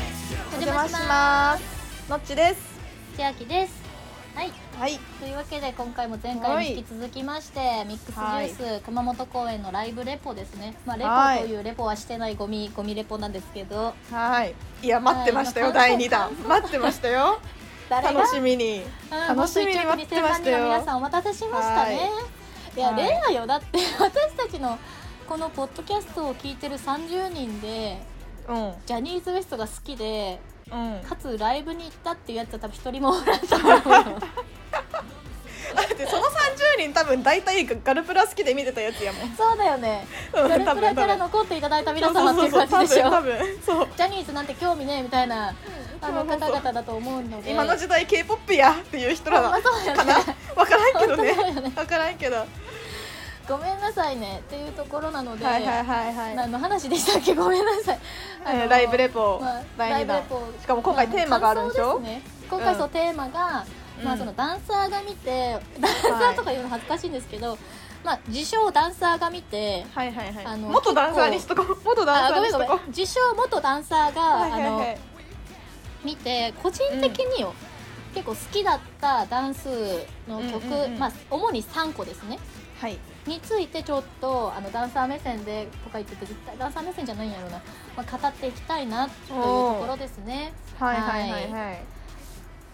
ますしますのっちです千秋ですはいはいというわけで今回も前回に引き続きましてミックスジュース熊本公園のライブレポですねまあはレいポというレポはしてないゴミゴミレポなんですけどはいいや待ってましたはよい第 二弾待ってましたよ誰が楽しみにうん楽しみに待ってました元一億2000万人よの皆さんお待たせしましたねはいやはいレアよだって 私たちのこのポッドキャストを聞いてる30人でうんジャニーズ WEST が好きでうんかつライブに行ったっていうやつは多分一人もおらんと思う よでその30人多分大体ガルプラ好きで見てたやつやもんそうだよねうんガルプラ多か分ら残っていただいた皆様っていう感じでしょそうそうそう多分多分そうジャニーズなんて興味ねえみたいなあのそうそう方そう々だと思うので今の時代 k p o p やっていう人らほんなまそうよねかな分からんけどね本当だよね分からんけどはごめんなさいねっていうところなのいで、はいはいはい何の話でしたっけごめんなさい、あえのーライブレポまあ第2ライ弾ブレポしかも今回テーマがあるんでしまょ感想すね今回そう、うんテーマが、まあ、そのダンサーが見てダンサーとか言うの恥ずかしいんですけど、まあ自称ダンサーが見てはいはいはあいの元ダンサーにしとこう元ダあンサごーめにんしごとめんこう自称元ダンサーが、はいはいはあのい見て個人的によ、結構好きだったダンスの曲、うんうんうんまあ、主に3個ですねはいについてちょっとあのダンサー目線でとか言ってて絶対ダンサー目線じゃないんやろうな、まあ、語っていきたいなというところですね。はいはいはいはい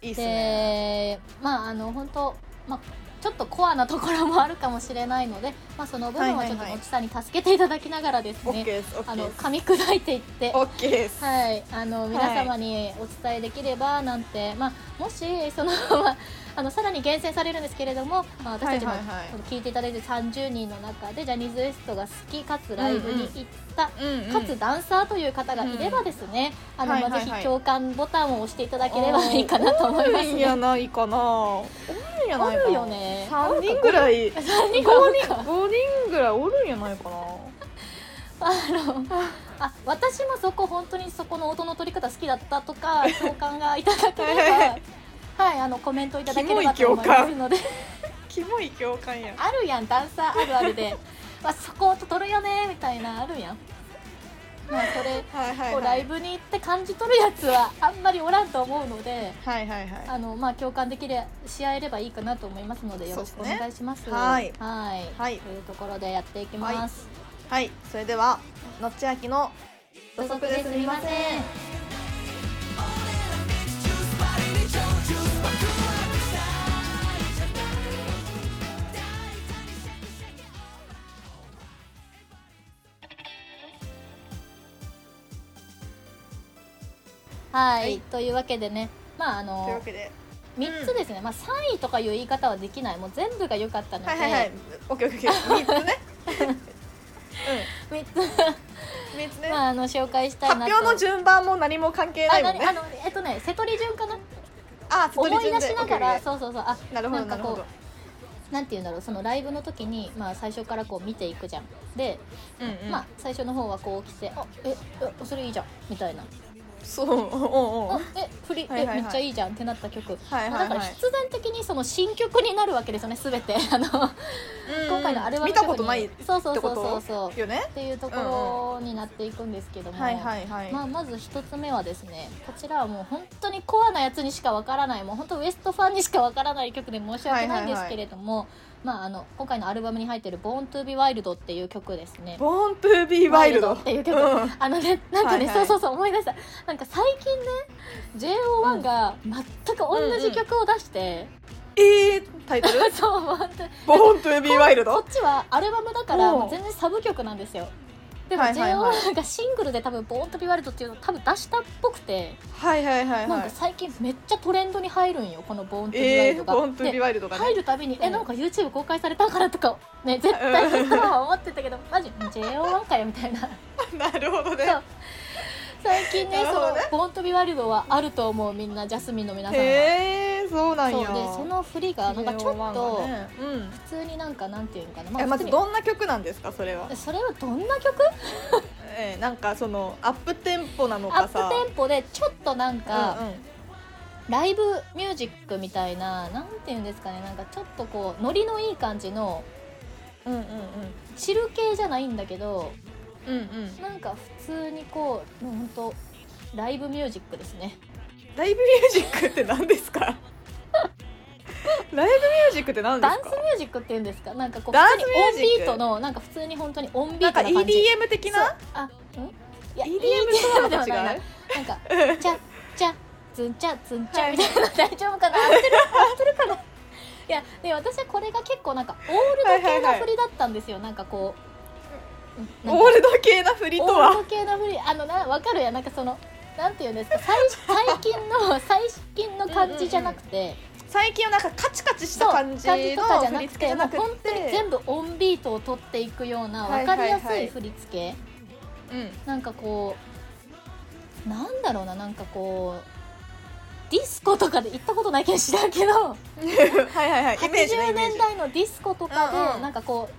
いいっすねでまああの本当、まあ、ちょっとコアなところもあるかもしれないので、まあ、その部分はちょっとはいはいはいもちさんに助けていただきながらですね、 OK ですあ OK のです噛み砕いていって。 OK ですはい、あの皆様にお伝えできればなんて、まあ、もしその、 まあ、あのさらに厳選されるんですけれども、まあ、私たちのはいはいはいその聞いていただいてる30人の中でジャニーズ WEST が好きかつライブに行った、うんうんかつダンサーという方がいればですね、んあのはいまあはいぜはいひ共感ボタンを押していただければいいかなと思います多いんね。やないかな多いんやないかなおるよね3人ぐらい3人が5人か5人ぐらいおるんやないかなあのあ私もそこ本当にそこの音の取り方好きだったとか共感がいただければ ははいい、あのコメントいただければと思いキモまい共すのでキモい共感やあるやんダンサーあるあるで、 まあ、そこ音取るよねみたいなあるやんまあそれはいはこいはういライブに行って感じ取るやつはあんまりおらんと思うのではいはいはいあのまあ共感できれし合えればいいかなと思いますのでよろしくお願いしますそうですねはいはいはいというところでやっていきます、はい、それでは、のっちあきの土足ですみません。はい、はいというわけでねまああというわのけで、 3つですね、まあ、3位とかいう言い方はできないもう全部が良かったので、はいはいはい、オッケーオッケー、 三つね。 3つ、うん、三つね。まあ、あの紹介したい発なと表の順番も何も関係なあいもん何ねあ。のえっとね瀬戸利順かなあ、思い出でしながらそうそうそうあなるほどななんるかほこど。うなんて言うんだろうそのライブの時に、まあ、最初からこう見ていくじゃんで、うんうん。まあ最初の方はこう来て「あええそれいいじゃん」みたいなそう、「おんおあん。え振り、はいはいはいえめっちゃいいじゃん」ってなった曲、はいはいはいだから必然的にその新曲になるわけですよね全てあの今回のアルバム見たことないってそうそうそうこそうとそうよねっ。ていうところになっていくんですけども、はいはいはい。まあ、まず一つ目はですねこちらはもう本当にコアなやつにしかわからないもう本当ウエストファンにしかわからない曲で申し訳ないんですけれども、まあ、あの今回のアルバムに入ってる「Born to be Wild」っていう曲ですね。ボーントゥービーワイルドっていう曲、うんあのねなんかね、はいはいそうそうそう思い出したなんか最近ね JO1 が全く同じ曲を出して、えー、タイト ルそう本当にボーントゥービーワイルこっドちはアルバムだからおうもう全然サブ曲なんですよでもはいはいはい JO1 がシングルで多分「ボーンとビワイルド」っていうのを多分出したっぽくて、はいはいはないんはかい。最近めっちゃトレンドに入るんよこの「ボーンとビワイえルドー、が」ボーントゥービーワイルドでがね入。るたびに、うえんなんか YouTube 公開されたんかなとかね絶対そうは思ってたけどマジ JO1 かよみた いななるほどね。そう最近ねなるほどねそうボーンとビワイルドはあると思うみんなジャスミンの皆さんは、へえそうなんそうやでその振りがなんかちょっとうん普通になんかなんていうんかな、えま普通ずにどんな曲なんですかそれは、それはどんな曲えー、なんかそのアップテンポなのアッかプさテンポでちょっとなんか、うんうんライブミュージックみたいななんていうんですかねなんかちょっとこうノリのいい感じのうんうんチル系じゃないんだけどうんうんうんなんか普通にこうもうほんとライブミュージックですねライブミュージックって 何ですかライブミュージックって何でダンすスミかュージックっていうんですかなんかこうダ普ンス通ミにュオンージックビートのなんか普通に本当にオンビなーんかトな感じ EDM 的そうなあうんいや EDM と EDM でははないな違なうんかチャチャツンチャツンチはャいみたいな 大丈夫かな合ってる合ってるかないやで私はこれが結構なんかオールド系の振りだったんですよなんかこううんなんかオールド系な振りとオーはルド系の振りあのなわかるやんなんかそのなんていうんですか最最近の最近の感じじゃなくて、最近はなんかカチカチしたそう感じの感じとかじゃ振なりく付けてじゃもなうくて本当に全部オンビートを取っていくようなはい分かはいはいりやすい振り付け、うんなんかこうなんだろうななんかこうディスコとかで行ったことないけど知らんけどはいはいはいイメージね80イメー年ジ代のディスコとかで、うんうんなんかこう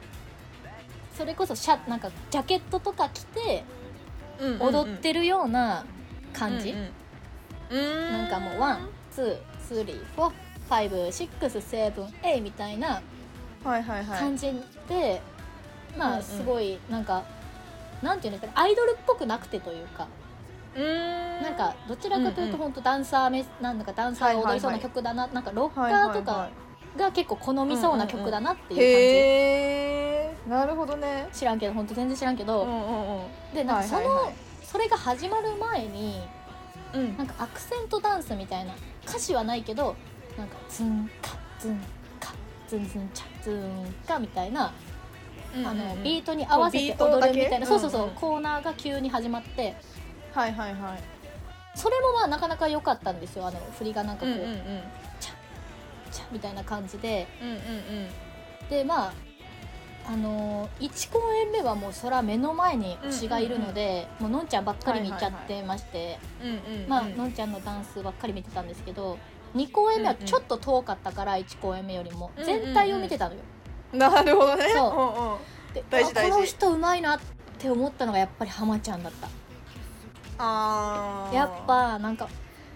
それこそシャなんかジャケットとか着てうんうんうん踊ってるような感じ、うんうんうーんなんかもうワンツースリーフォーファイブシックスセブンエイみたいなはいはいはい感じで、うんまうんあすごいなんか、なんていうんですかねアイドルっぽくなくてというかうーんなんかどちらかといううんうんと本当ダンサーめなんだかダンサーが踊りそうなはいはいはい曲だな、なんかロッカはいはいはーいとかが結構好みそうな曲だなっていう感じ、へえなるほどね知らんけど本当全然知らんけうど、んうんうんでなんかその、はいはいそれが始まる前にうんなんかアクセントダンスみたいな歌詞はないけどなんかツンカツンカツンツンチャツンカみたいな、あのビートに合わせてこうビート踊だるけみたいなそうそうそう、うんうんコーナーが急に始まってはいはいはいそれもまあなかなか良かったんですよあの振りがなんかこう、うんうんうんチャみたいな感じでうんうんでまああのー、1公演目はもうそら目の前に推しがいるので、もうのんちゃんばっかり見ちゃってまして、うんうんまあのんちゃんのダンスばっかり見てたんですけど2公演目はちょっと遠かったから1公演目よりもうんうん全体を見てたのよ。なるほどねそうんうんで大事あ大事この人うまいなって思ったのがやっぱり浜ちゃんだった。あーやっぱなんか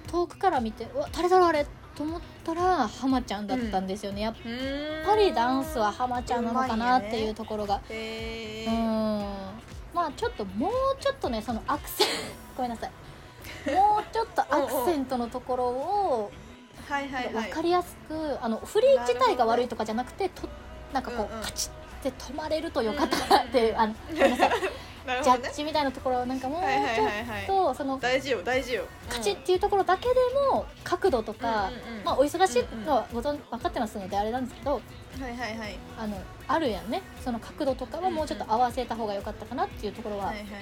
遠くから見て「うわ誰だろうあれ?」と思ったら浜ちゃんだったんですよね。やっうーんぱりダンスは浜ちゃんなのかなっていうところがへうーんーまあちょっともうちょっとねそのアクセンごめんなさいもうちょっとアクセントのところをはいはいは分いかりやすくあのフリー自体が悪いとかじゃなくてとなんかこうんうんうカチッて止まれるとよかったなっていうあのごめんなさいなるジほどャねッジみたいなところをなんかもうはいはいちょはいっはいとその大事よ大事よカチッっていうところだけでも角度とかうんうんうんまあお忙しいのはご存分かってますのであれなんですけどうんはいはいはいあのあるやんねその角度とかはもうちょっと合わせた方が良かったかなっていうところはいははいはいはい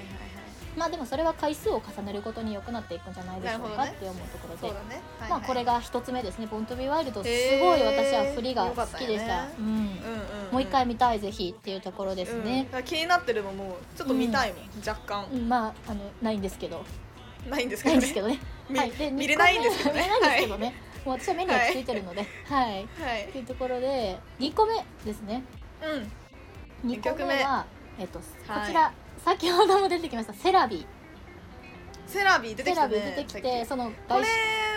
まあでもそれは回数を重ねるごとに良くなっていくんじゃないでしょうなるほかどねって思うところそうで、だねはいまはあいこれが一つ目ですね「ボントビワイルド」すへーごい私は振りが好きでしよかたったよねうんうんうんうんもう一回見たいぜひっていうところですね、うん気になってるのもちょっと見たいもん若干うんまああのないんです けどないんですけなどいんでねすけどね見はいで見れないんですけどね見れないんですけどね、もう私は目にはついてるのではい、はいっていうところで2個目ですねうん2個目はえっと、はいこちら先ほども出てきましたセラビセラビー出てセきたラねビ出てきさってそのこ外れ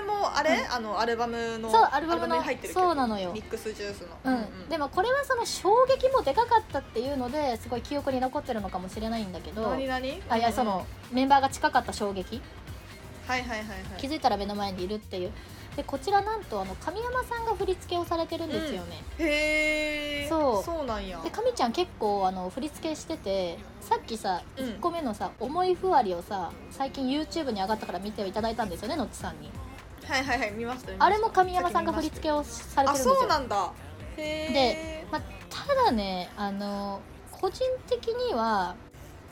周もあれ、あのアルバムのそうアルバムにの入ってる曲そうなのよミックスジュースの、うんでもこれはその衝撃もでかかったっていうのですごい記憶に残ってるのかもしれないんだけど何何あいやそうんうんのメンバーが近かった衝撃はいはいはいは気いづいたら目の前にいるっていうでこちらなんとあの神山さんが振り付けをされてるんですよね、へえそうそうなんやで神ちゃん結構あの振り付けしててさっきさうん1個目のさ「重いふわり」をさ最近 YouTube に上がったから見ていただいたんですよねのっちさんにはいはいはい見ました見ましたあれも神山さんが振り付けをされてるんあですそうよなんだへえまあ、ただねあの個人的には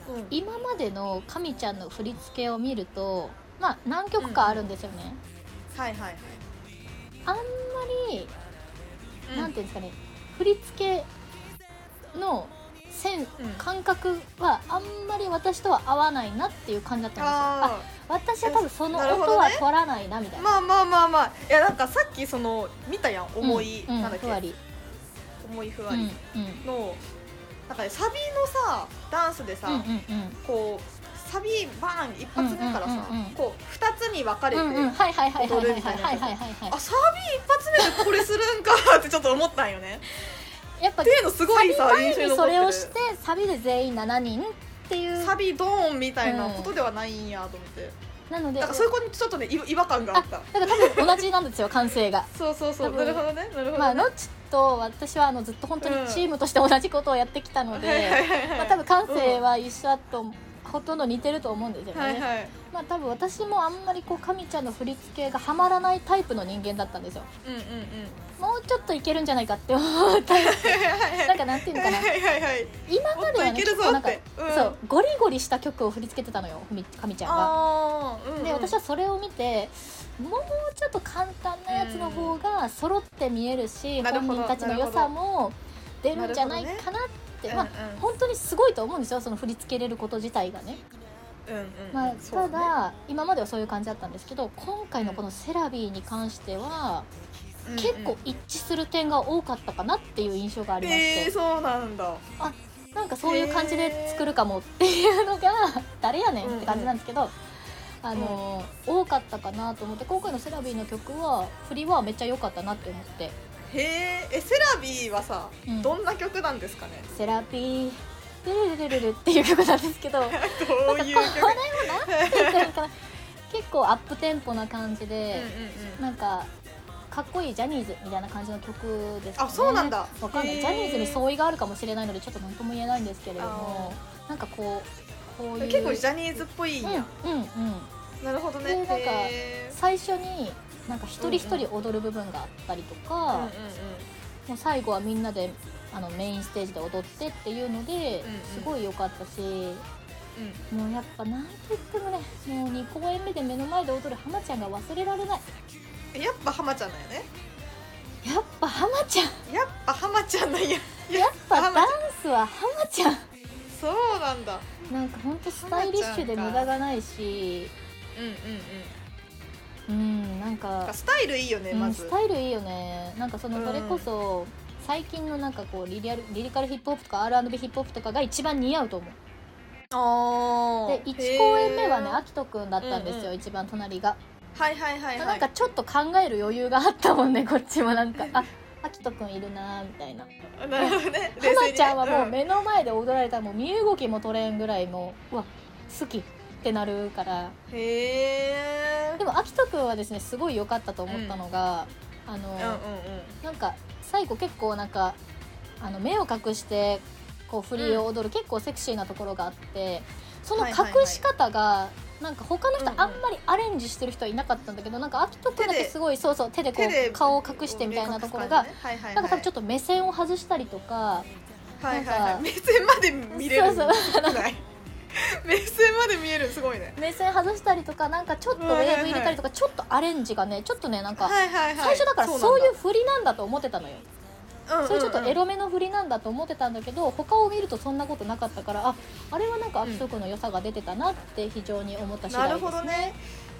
うん今までの神ちゃんの振り付けを見るとまあ何曲かあるんですよね、はいはいはいあんまり、うんなんていうんですかね振り付けの線、うん感覚はあんまり私とは合わないなっていう感じだったんですよああ私は多分そのなるほ音どはね取らないなみたあいな、まあまあまあまあいやなんかさっきその見たやん重い、うんうんなんだっふわけり重いふうわんうんりの、なんかねサビのさダンスでさ、うんうんうんこうサビバーン一発目からさ、うんうんうんうんこう二つに分かれて、うんうんはいはいはいはい踊るはいみたはいいはいはなやついはいあサビ一発目でこれするんかってちょっと思ったんよね。やっぱっていうのすごいさ印前象に残ってるにそれをしてサビで全員7人っていうサビドーンみたいなことではないんやと思って、なのでなんかそういう子にちょっとねい違和感がああったなんか多分同じなんですよ感性が。そうそうそ多うな分るほどねなるほどね、まあ、ノッチと私はあのずっと本当にチームとして同じことをやってきたので、はいはいはいはいまあ、多分感性は一緒だと、ほとんど似てると思うんですよね、はいはいまあ、多分私もあんまりこうかみちゃんの振り付けがはまらないタイプの人間だったんですようんうんうんもうちょっといけるんじゃないかって思う タイプなんかなんていうのはかいなはいはい今まではもねっといけ結るぞ構なんか、ってうんそうゴリゴリした曲を振り付けてたのよふみかみちゃんが。ああーうんうんで私はそれを見てもうちょっと簡単なやつの方が揃って見えるし、うんなる本ほど人たちの良さも出るんじゃないかなってまあ、うんうん本当にすごいと思うんですよその振り付けれること自体がね、うんうんまあ、そうたねだ、今まではそういう感じだったんですけど今回のこの「セラビー」に関しては、結構一致する点が多かったかなっていう印象があうんりうんまして、えー、そうなんだなんかそういう感じで作るかもっていうのが誰やねんって感じなんですけど、あの多かったかなと思って今回のセラビーの曲は振りはめっちゃ良かったなって思ってへええセラビーはさ、うんどんな曲なんですかね 「セラピールルルルル」っていう曲なんですけどなんかどうこいれうも曲なんて言ったらいいのかな結構アップテンポな感じで、なんかかっこいいジャニーズみたいな感じの曲ですかねあそうなんだわかんないへージャニーズに相違があるかもしれないのでちょっと何とも言えないんですけれどもなんかこうこううんいううん、結構ジャニーズっぽいんや、うんうんうんなるほどねでなんかへー最初になんか一人一人踊る部分があったりとか、うんうんうんもう最後はみんなであのメインステージで踊ってっていうのでうんうんすごい良かったし、もうやっぱなんと言ってもねもう2公演目で目の前で踊る浜ちゃんが忘れられないうんやっぱ浜ちゃんだよねやっぱ浜ちゃんやっぱ浜ちゃんだよやっぱ浜ちダゃンスは浜ちゃんんそうなんだなんかほんとスタイリッシュで無駄がないしうんうんううんんなんかスタイルいいよねうんまず、スタイルいいよねなんかそのうんそれこそ、最近のなんかこうリリアルリリカルヒップホップとか R&B ヒップホップとかが一番似合うと思うあでー1公演目はねへーあきとくんだったんですよ、うんうん一番隣が、はいはいはいはいなんかちょっと考える余裕があったもんねこっちもなん かああきとくんいるなーみたいななるほどねはまちゃんはもうめ目の前で踊られたらもう身動きも取れんぐらいもううわ好きってなるからへえでもあきとくんはですねすごい良かったと思ったのが、あの、うんうんうんなんか最後結構なんかあの目を隠してこう振りを踊る結構セクシーなところがあってその隠し方がなんか他の人うんうんあんまりアレンジしてる人はいなかったんだけどなんかアキト君だけすごいそうそう手でこ手でう顔を隠してみたいなところが目隠す感じねはいはいはいなんか多分ちょっと目線を外したりとかはいはないんはかい、目線まで見れるそうすごくない目線まで見えるすごいね目線外したりとかなんかちょっとウェーブ入れたりとかちょっとアレンジがねちょっとねなんかはいはいはい最初だからそういう振りなんだと思ってたのよ。なんだそれちょっとエうんうんうんロめの振りなんだと思ってたんだけど他を見るとそんなことなかったからああれはなんか秋人君の良さが出てたなって非常に思った次な第るです、ほどね、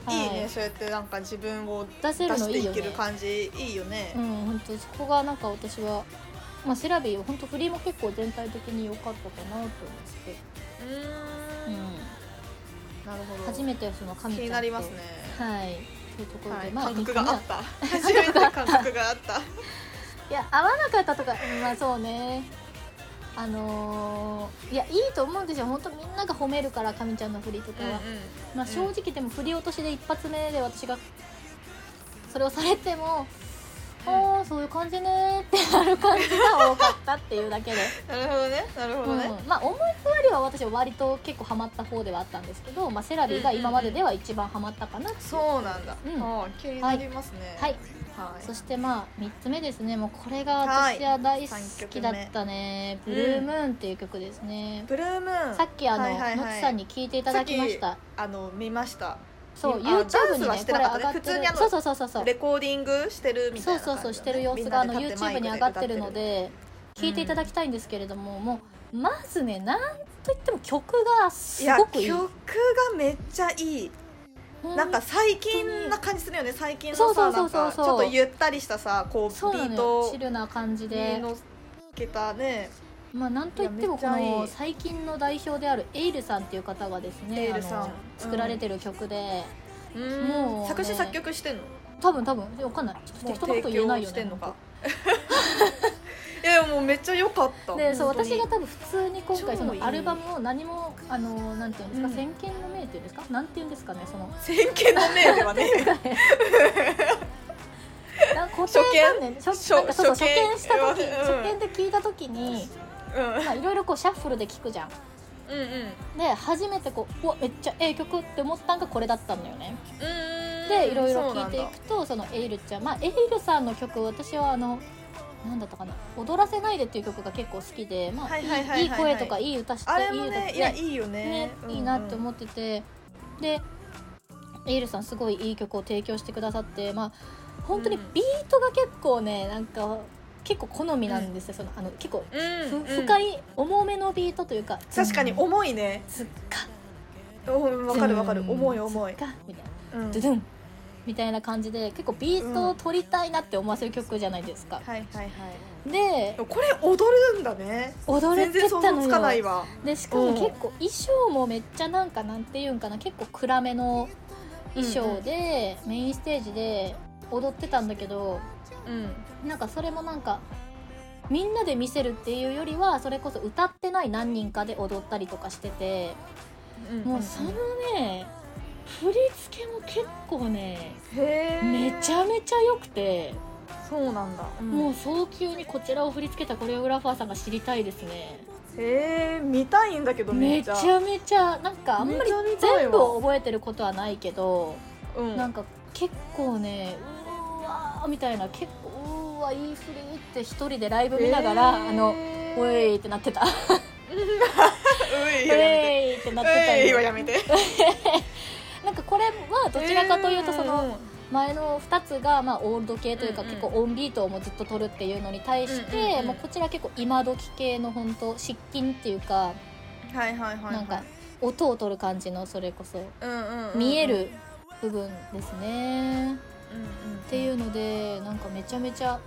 はいい、いねそうやってなんか自分を出せ出るのしいていいよけねる感じいいよねうん本当そこがなんか私はまあセラビーは本当振りも結構全体的に良かったかなと思って、うーうんん、なるほど初めてその神ちゃん気とになりますねはいというところで、はい、まあ感覚があっみた初めて感覚があったんないや合わなかったとかうんまあそうねあのーいやいいと思うんですよ本当みんなが褒めるから神ちゃんの振りとかは、まあ、うん正直でも振り落としで一発目で私がそれをされても「うんああそういう感じね」ってなる感じが多かったっていうだけ で、なるほどねなるほどね、うんまあ思いつわりは私は割と結構ハマった方ではあったんですけど、まあ、セラビーが今まででは一番ハマったかなっていうそうなんだ、うんあー気になりますねはい、はいそしてまあ3つ目ですねもうこれが私は大好きだったね「はブいルームーン」っていう曲ですね、ブルームーンさっきあの、はいはいはいのちさんに聞いていただきましたあの見ましたそうあ YouTube にダンスはねしてこれな上かがっったねて普通るにあのそうそうそうそうそうレコーディングしてるみたそいうなそ感うじそうしてる様子があの YouTube に上がってるので聞いていただきたいんですけれども、もうまずねなんといっても曲がすいやご曲くいいがめっちゃいいほなんか最近な感じするよね最近のそうさそなうそうんそうかちょっとゆったりしたさこうビそうなのーよトチルな感じにでのっけたねまあなんといってもいこやめっちゃいいの最近の代表であるエイルさんっていう方がですねエイルさんあの作られてる曲で、うんもうね作詞作曲してんの多分多分わかんないちょっとも適当なうこと言えないよ提供してねんのか いやもうめっちゃ良かったでそう本当に私が多分普通に今回そ超のいいアルバムを何もあのなんていうんですか、うん先見の明っていうんですかなんていうんですかねその先見の明ではね なん固定観念初初見なんかそうそ初う初見見した時、うん初見で聞いた時にまあいろいろこうシャッフルで聞くじゃんうんうんうんで初めてこううわめっちゃええ曲って思ったんがこれだったんだよねうーんでいろいろそうな聞いんてだいくとそのエイルちゃんまあエイルさんの曲私はあのなんだったかな「踊らせないで」っていう曲が結構好きで、まあはいいはいはいはいいいい声とかいい歌してあれいいも歌ねねいやいいよねねうんうんいいなって思っててでエイルさんすごいいい曲を提供してくださってまあ本当にうんビートが結構ねなんか結構好みなんですよ、そのあの結構うんふ、うん深い重めのビートというか確かにズン重いねズッカうんわかるわかるズン重い重いズッカみたいなうんドゥドゥンみたいな感じで結構ビートを取りたいなって思わせる曲じゃないですか、はいはいはいでこれ踊るんだね踊れ全てた然想の像つかないよわでしかも結構衣装もめっちゃなんかなんていうんかな結構暗めの衣装で、メインステージで踊ってたんだけどうんなんかそれもなんかみんなで見せるっていうよりはそれこそ歌ってない何人かで踊ったりとかしててうんもうそのね振り付けも結構ねへめちゃめちゃ良くて。ゃそうなんだんもう早急にこちらを振り付けたコレオグラファーさんが知りたいですねへえ見たいんだけどめめっちちゃゃめちゃなんかあんまりめちゃ見たい全わ部覚えてることはないけどうんなんか結構ねうーわーみたいな結構うーわいい振りって一人でライブ見ながら、あの「おうい」いってなって た「おい」えってなってたいよはやめてなんかこれはどちらかというとその前の2つがまあオールド系というかうんうん結構オンビートもずっと取るっていうのに対しうんうんてうんもうこちら結構今時系の本当失禁っていうかはいはいはいはいなんか音を取る感じのそれこそうんうんうん見える部分ですね。うんうんっていうのでなんかめちゃめちゃ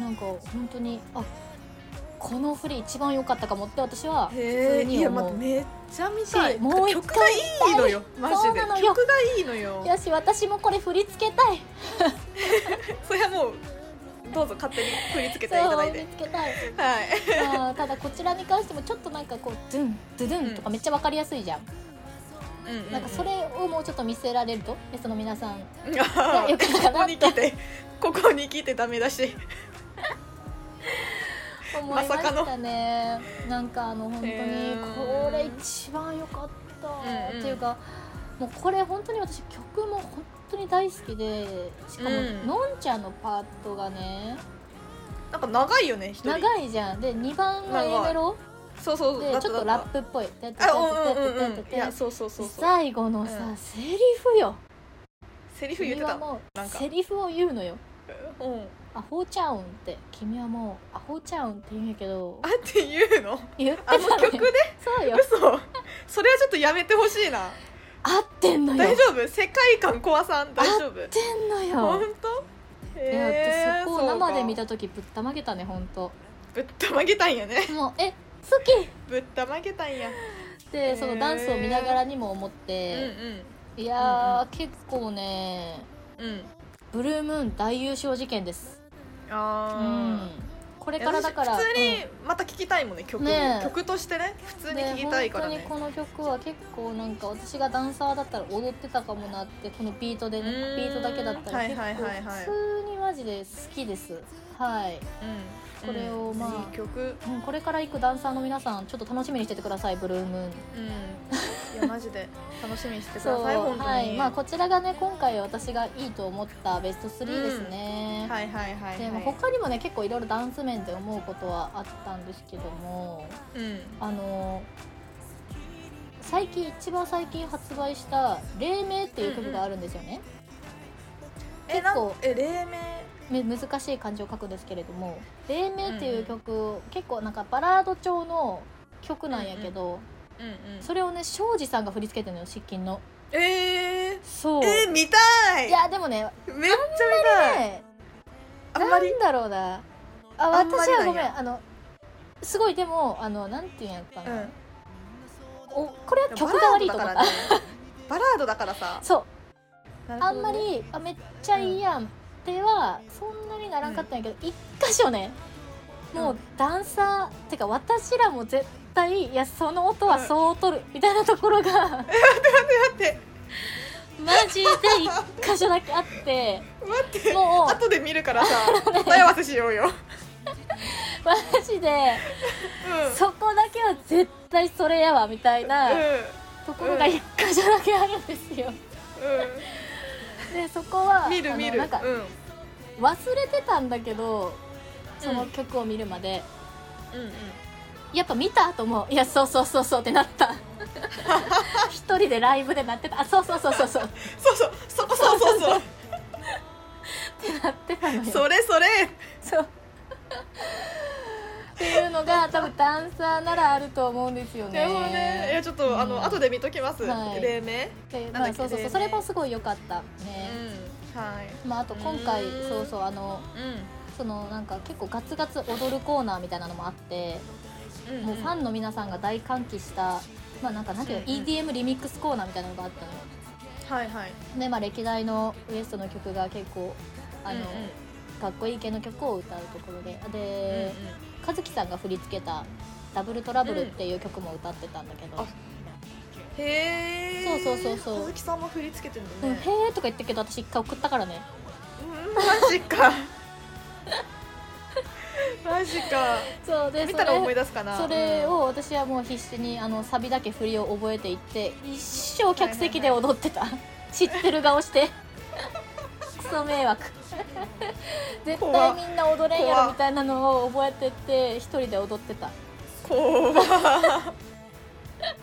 なんか本当にあこの振り一番良かったかもって私は普へ通えいにや待っ思てう。めっちゃ見たいしもう一回曲がいいのよマジそうでなのよ曲がいいのよよし私もこれ振り付けたいそれはもうどうぞ勝手に振り付けていたそだうい振りて付けたいはい あーただこちらに関してもちょっとなんかこうドゥンドゥドゥンとかめっちゃ分かりやすいじゃん、なんかそれをもうちょっと見せられるとゲストの皆さんがよこかったかこなにと来てここに来てダメだし思いままさしかたねなんかあの本当にへーこれ一番良かったうんうんっていうかもうこれ本当に私曲も本当に大好きでしかもうんのんちゃんのパートがねなんか長いよね一人長いじゃんで2番の A メロそうそうでちょっとラップっぽいててててあうんうんうんててうんいやそうそうそうそう最後のさ、うんセリフよセリフ言ってた君はもなんうかセリフを言うのようん「アホちゃうん」って「君はもうアホちゃうん」って言うんやけどあって言うの言ってたあののよ曲でそうよ嘘それはちょっとやめてほしいな合ってんのよ大丈夫世界観怖さん大丈夫合ってんのよ本当いやへ私ーそこをうか生で見た時ぶったまげたね本当ぶったまげたんやねもうえ好きぶったまげたんやってそのダンスを見ながらにも思っうんて、いやー、結構ねうんうんブルームーン大優勝事件ですうん、あこれーからだから私普通にまた聴きたいもんね曲ねえ曲としてね普う通んにね聴きたいからね本当にこの曲は結構なんか私がダンサーだったら踊ってたかもなってこのビートでねうーんビートだけだったはらい結はい構はいはい普通にマジで好きですはいうんこれをまあいい曲うんこれから行くダンサーの皆さんちょっと楽しみにしててくださいブルームーンうんいやマジで楽しみにしてくそだう、さい本当にはい、まあこちらがね今回私がいいと思ったベスト3ですね。はいはいはいではもい他にもね結構いろいろダンス面で思うことはあったんですけども、うんあの最近一番最近発売した「黎明」っていう曲があるんですよね。え結な構んえ黎明め難しい漢字を書くんですけれども「黎明」っていう曲、結構なんかバラード調の曲なんやけど、うんうんそれをね庄司さんが振り付けてるのよ漆金の。えーそう。えー見たいいやでもねめっちゃ見たいねあんまりなんだろうなああんま私りなんやはごめんあのすごいでもあのなんていうんやったかうな、んおこれは曲が悪いと思っバラードだたからねバラードだからさ そうなるあほんどまねりあめっちゃいいやんってはそんなにならんかったんやけど、一箇所ねもうダンサーてか私らも絶対いやその音はそう取るみたいなところ が待ってマジで一箇所だけあって待って もう後で見るからさ答え合わせしようよ、マジでうん、そこだけは絶対それやわみたいなうところが一箇所だけあるんですよ。んでそこはうん、見るあの見るなんかうん忘れてたんだけどそのうん曲を見るまで、うんうんやっぱ見たと思ういやそうそうそうそうってなった一人でライブでなってたあそうそうそうそうそうっそうそうそこそう そうそうてなってたのよそれそれそうっていうのが多分ダンサーならあると思うんですよね。なるほどねいやちょっと、あうんの後で見ときます、はい例名でなんだっまあ、けそうそうそうそれもすごい良かったね。うんはいまあ、あと今回うんそうそうあのうそのなんか結構ガツガツ踊るコーナーみたいなのもあって、んもうファンの皆さんが大歓喜したまあなんかなんていうの、うんうん EDM リミックスコーナーみたいなのがあったのよはいはいでまあ歴代のウエストの曲が結構あの、うんうんかっこいい系の曲を歌うところでで、うんうん和樹さんが振り付けた「ダブルトラブル」っていう曲も歌ってたんだけどあへえそうそうそうそう鈴木さんも振り付けてん「うだんねへえ」とか言ったけど私一回送ったからねうんマジか マジかそうで見たらそ思いれ出すかなそれを私はもう必死にあのサビだけ振りを覚えていって一生客席で踊って た、知ってる顔してクソ迷惑絶怖対っみんな踊れんや怖ろっみたいなのを覚えてって一人で踊ってた怖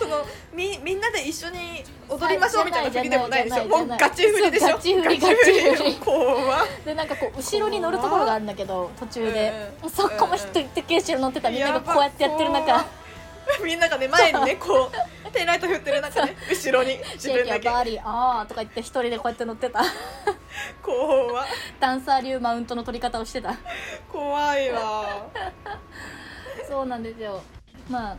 そのみみんなで一緒に踊りましょうみたいな振りでもないでしはょいじゃないじゃもないうガチ振りでしょそうガチ振りガチ振り怖っでなんかこう後ろに乗るところがあるんだけど途中で、うんうんそこも人一定後ろ乗ってたみんながこうやってやってるやば中怖っ みんながね前にねこうペンライト振ってる中ね後ろに「自シェイ分キャだーけバーリーあー」とか言って一人でこうやって乗ってた怖っダンサー流マウントの取り方を してた怖いわそうなんですよま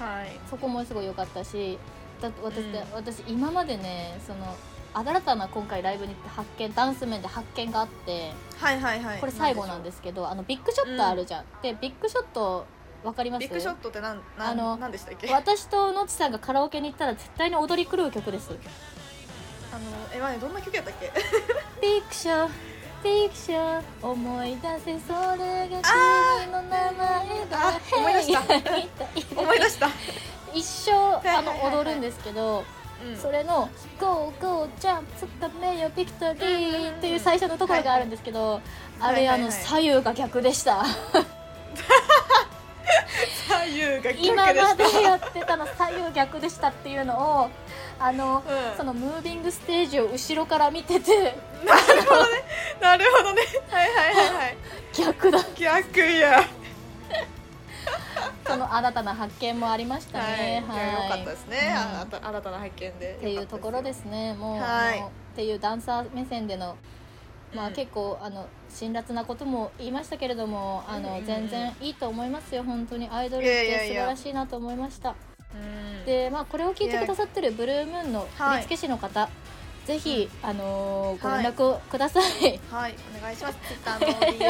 あはいそこもすごい良かったしだって私,、うん私今までねその新たな今回ライブに行って発見ダンス面で発見があってはいはいはいこれ最後なんですすけど、あのビッグショットあるじゃん、でビッグショットわかりますビッグショットってなんなあのんなんでしたっけあ私とのちさんがカラオケに行ったら絶対に踊り狂う曲ですのえまあねどんな曲やったっけ ピクションピクション思い出せそれが君の名前だあ思い出した思い出した 一生あはいはいはいのはい踊るんですけどうんそれの「ゴーゴージャンプつかめよビクトリー」っていう最初のところがあるんですけどあはいれはあいはいの左右が逆でした左右が逆でした今までやってたの左右逆でしたっていうのをあのうんそのムービングステージを後ろから見ててなるほどねなるほどねはいはいはいはい 逆だ逆やその新たな発見もありましたね。いや良かはっいたですね、うんあた新たな発見でっていうところですすねもう、はいあのっていうダンサー目線での、まあ、うん結構、あの辛辣なことも言いましたけれどもあの、うん全然いいと思いますよ本当にアイドルっいやいてや素い晴やらしいなと思いましたうんで、まあ、これを聞いてくださってるブルームーンのは振い付師の方、ぜひ、あのーごはい連絡をください、はいお願いします Twitter の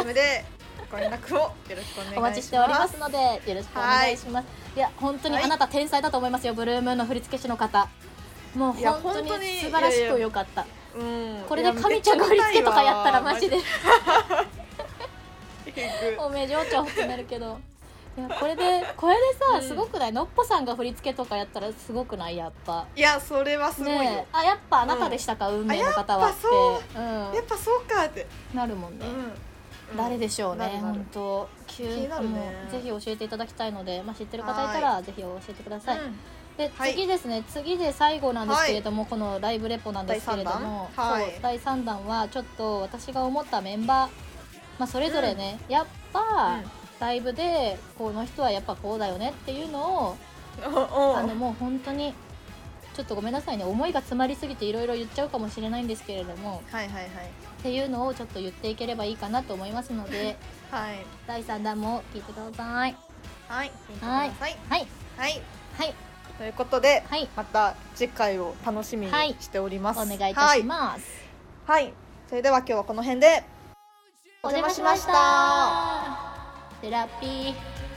DM でご連絡をよろしくお願いしますお待ちしておりますのでよろしくお願いします、い、や本当にはいあなた天才だと思いますよ、ブルームーンの振付師の方もういや本当に本当に素晴らしいやいくや良かったうんこれで神ちゃんが振り付けとかやったらマジでいやめっちゃ見たいわおめえ情緒ってなるけどいやこれでこれでさ、うんすごくないのっぽさんが振り付けとかやったらすごくないやっぱいやそれはすごいよ、ねえあやっぱあなたでしたか、運命の方はあやっっぱそうてうんやっぱそうかって、なるもんうね、んうん誰でしょうなるねなる本当急気になるねもうぜひ教えていただきたいので、まあ、知ってる方いたらぜひ教えてください、うんではい次ですね、次で最後なんですけれども、このライブレポなんですけれども第三弾はいそう第3弾はちょっと私が思ったメンバー、まあ、それぞれね、やっぱ、うんライブでこの人はやっぱこうだよねっていうのをおおあのもう本当にちょっとごめんなさいね思いが詰まりすぎていろいろ言っちゃうかもしれないんですけれどもはいはいはいっていうのをちょっと言っていければいいかなと思いますのではい第3弾も聞いてくださいはい聞いてくださいはい、はいはいということで、はいまた次回を楽しみにしております、お願いいたしはます、はい、それでは今日はこの辺でおお邪邪魔魔ししままししたたセラピー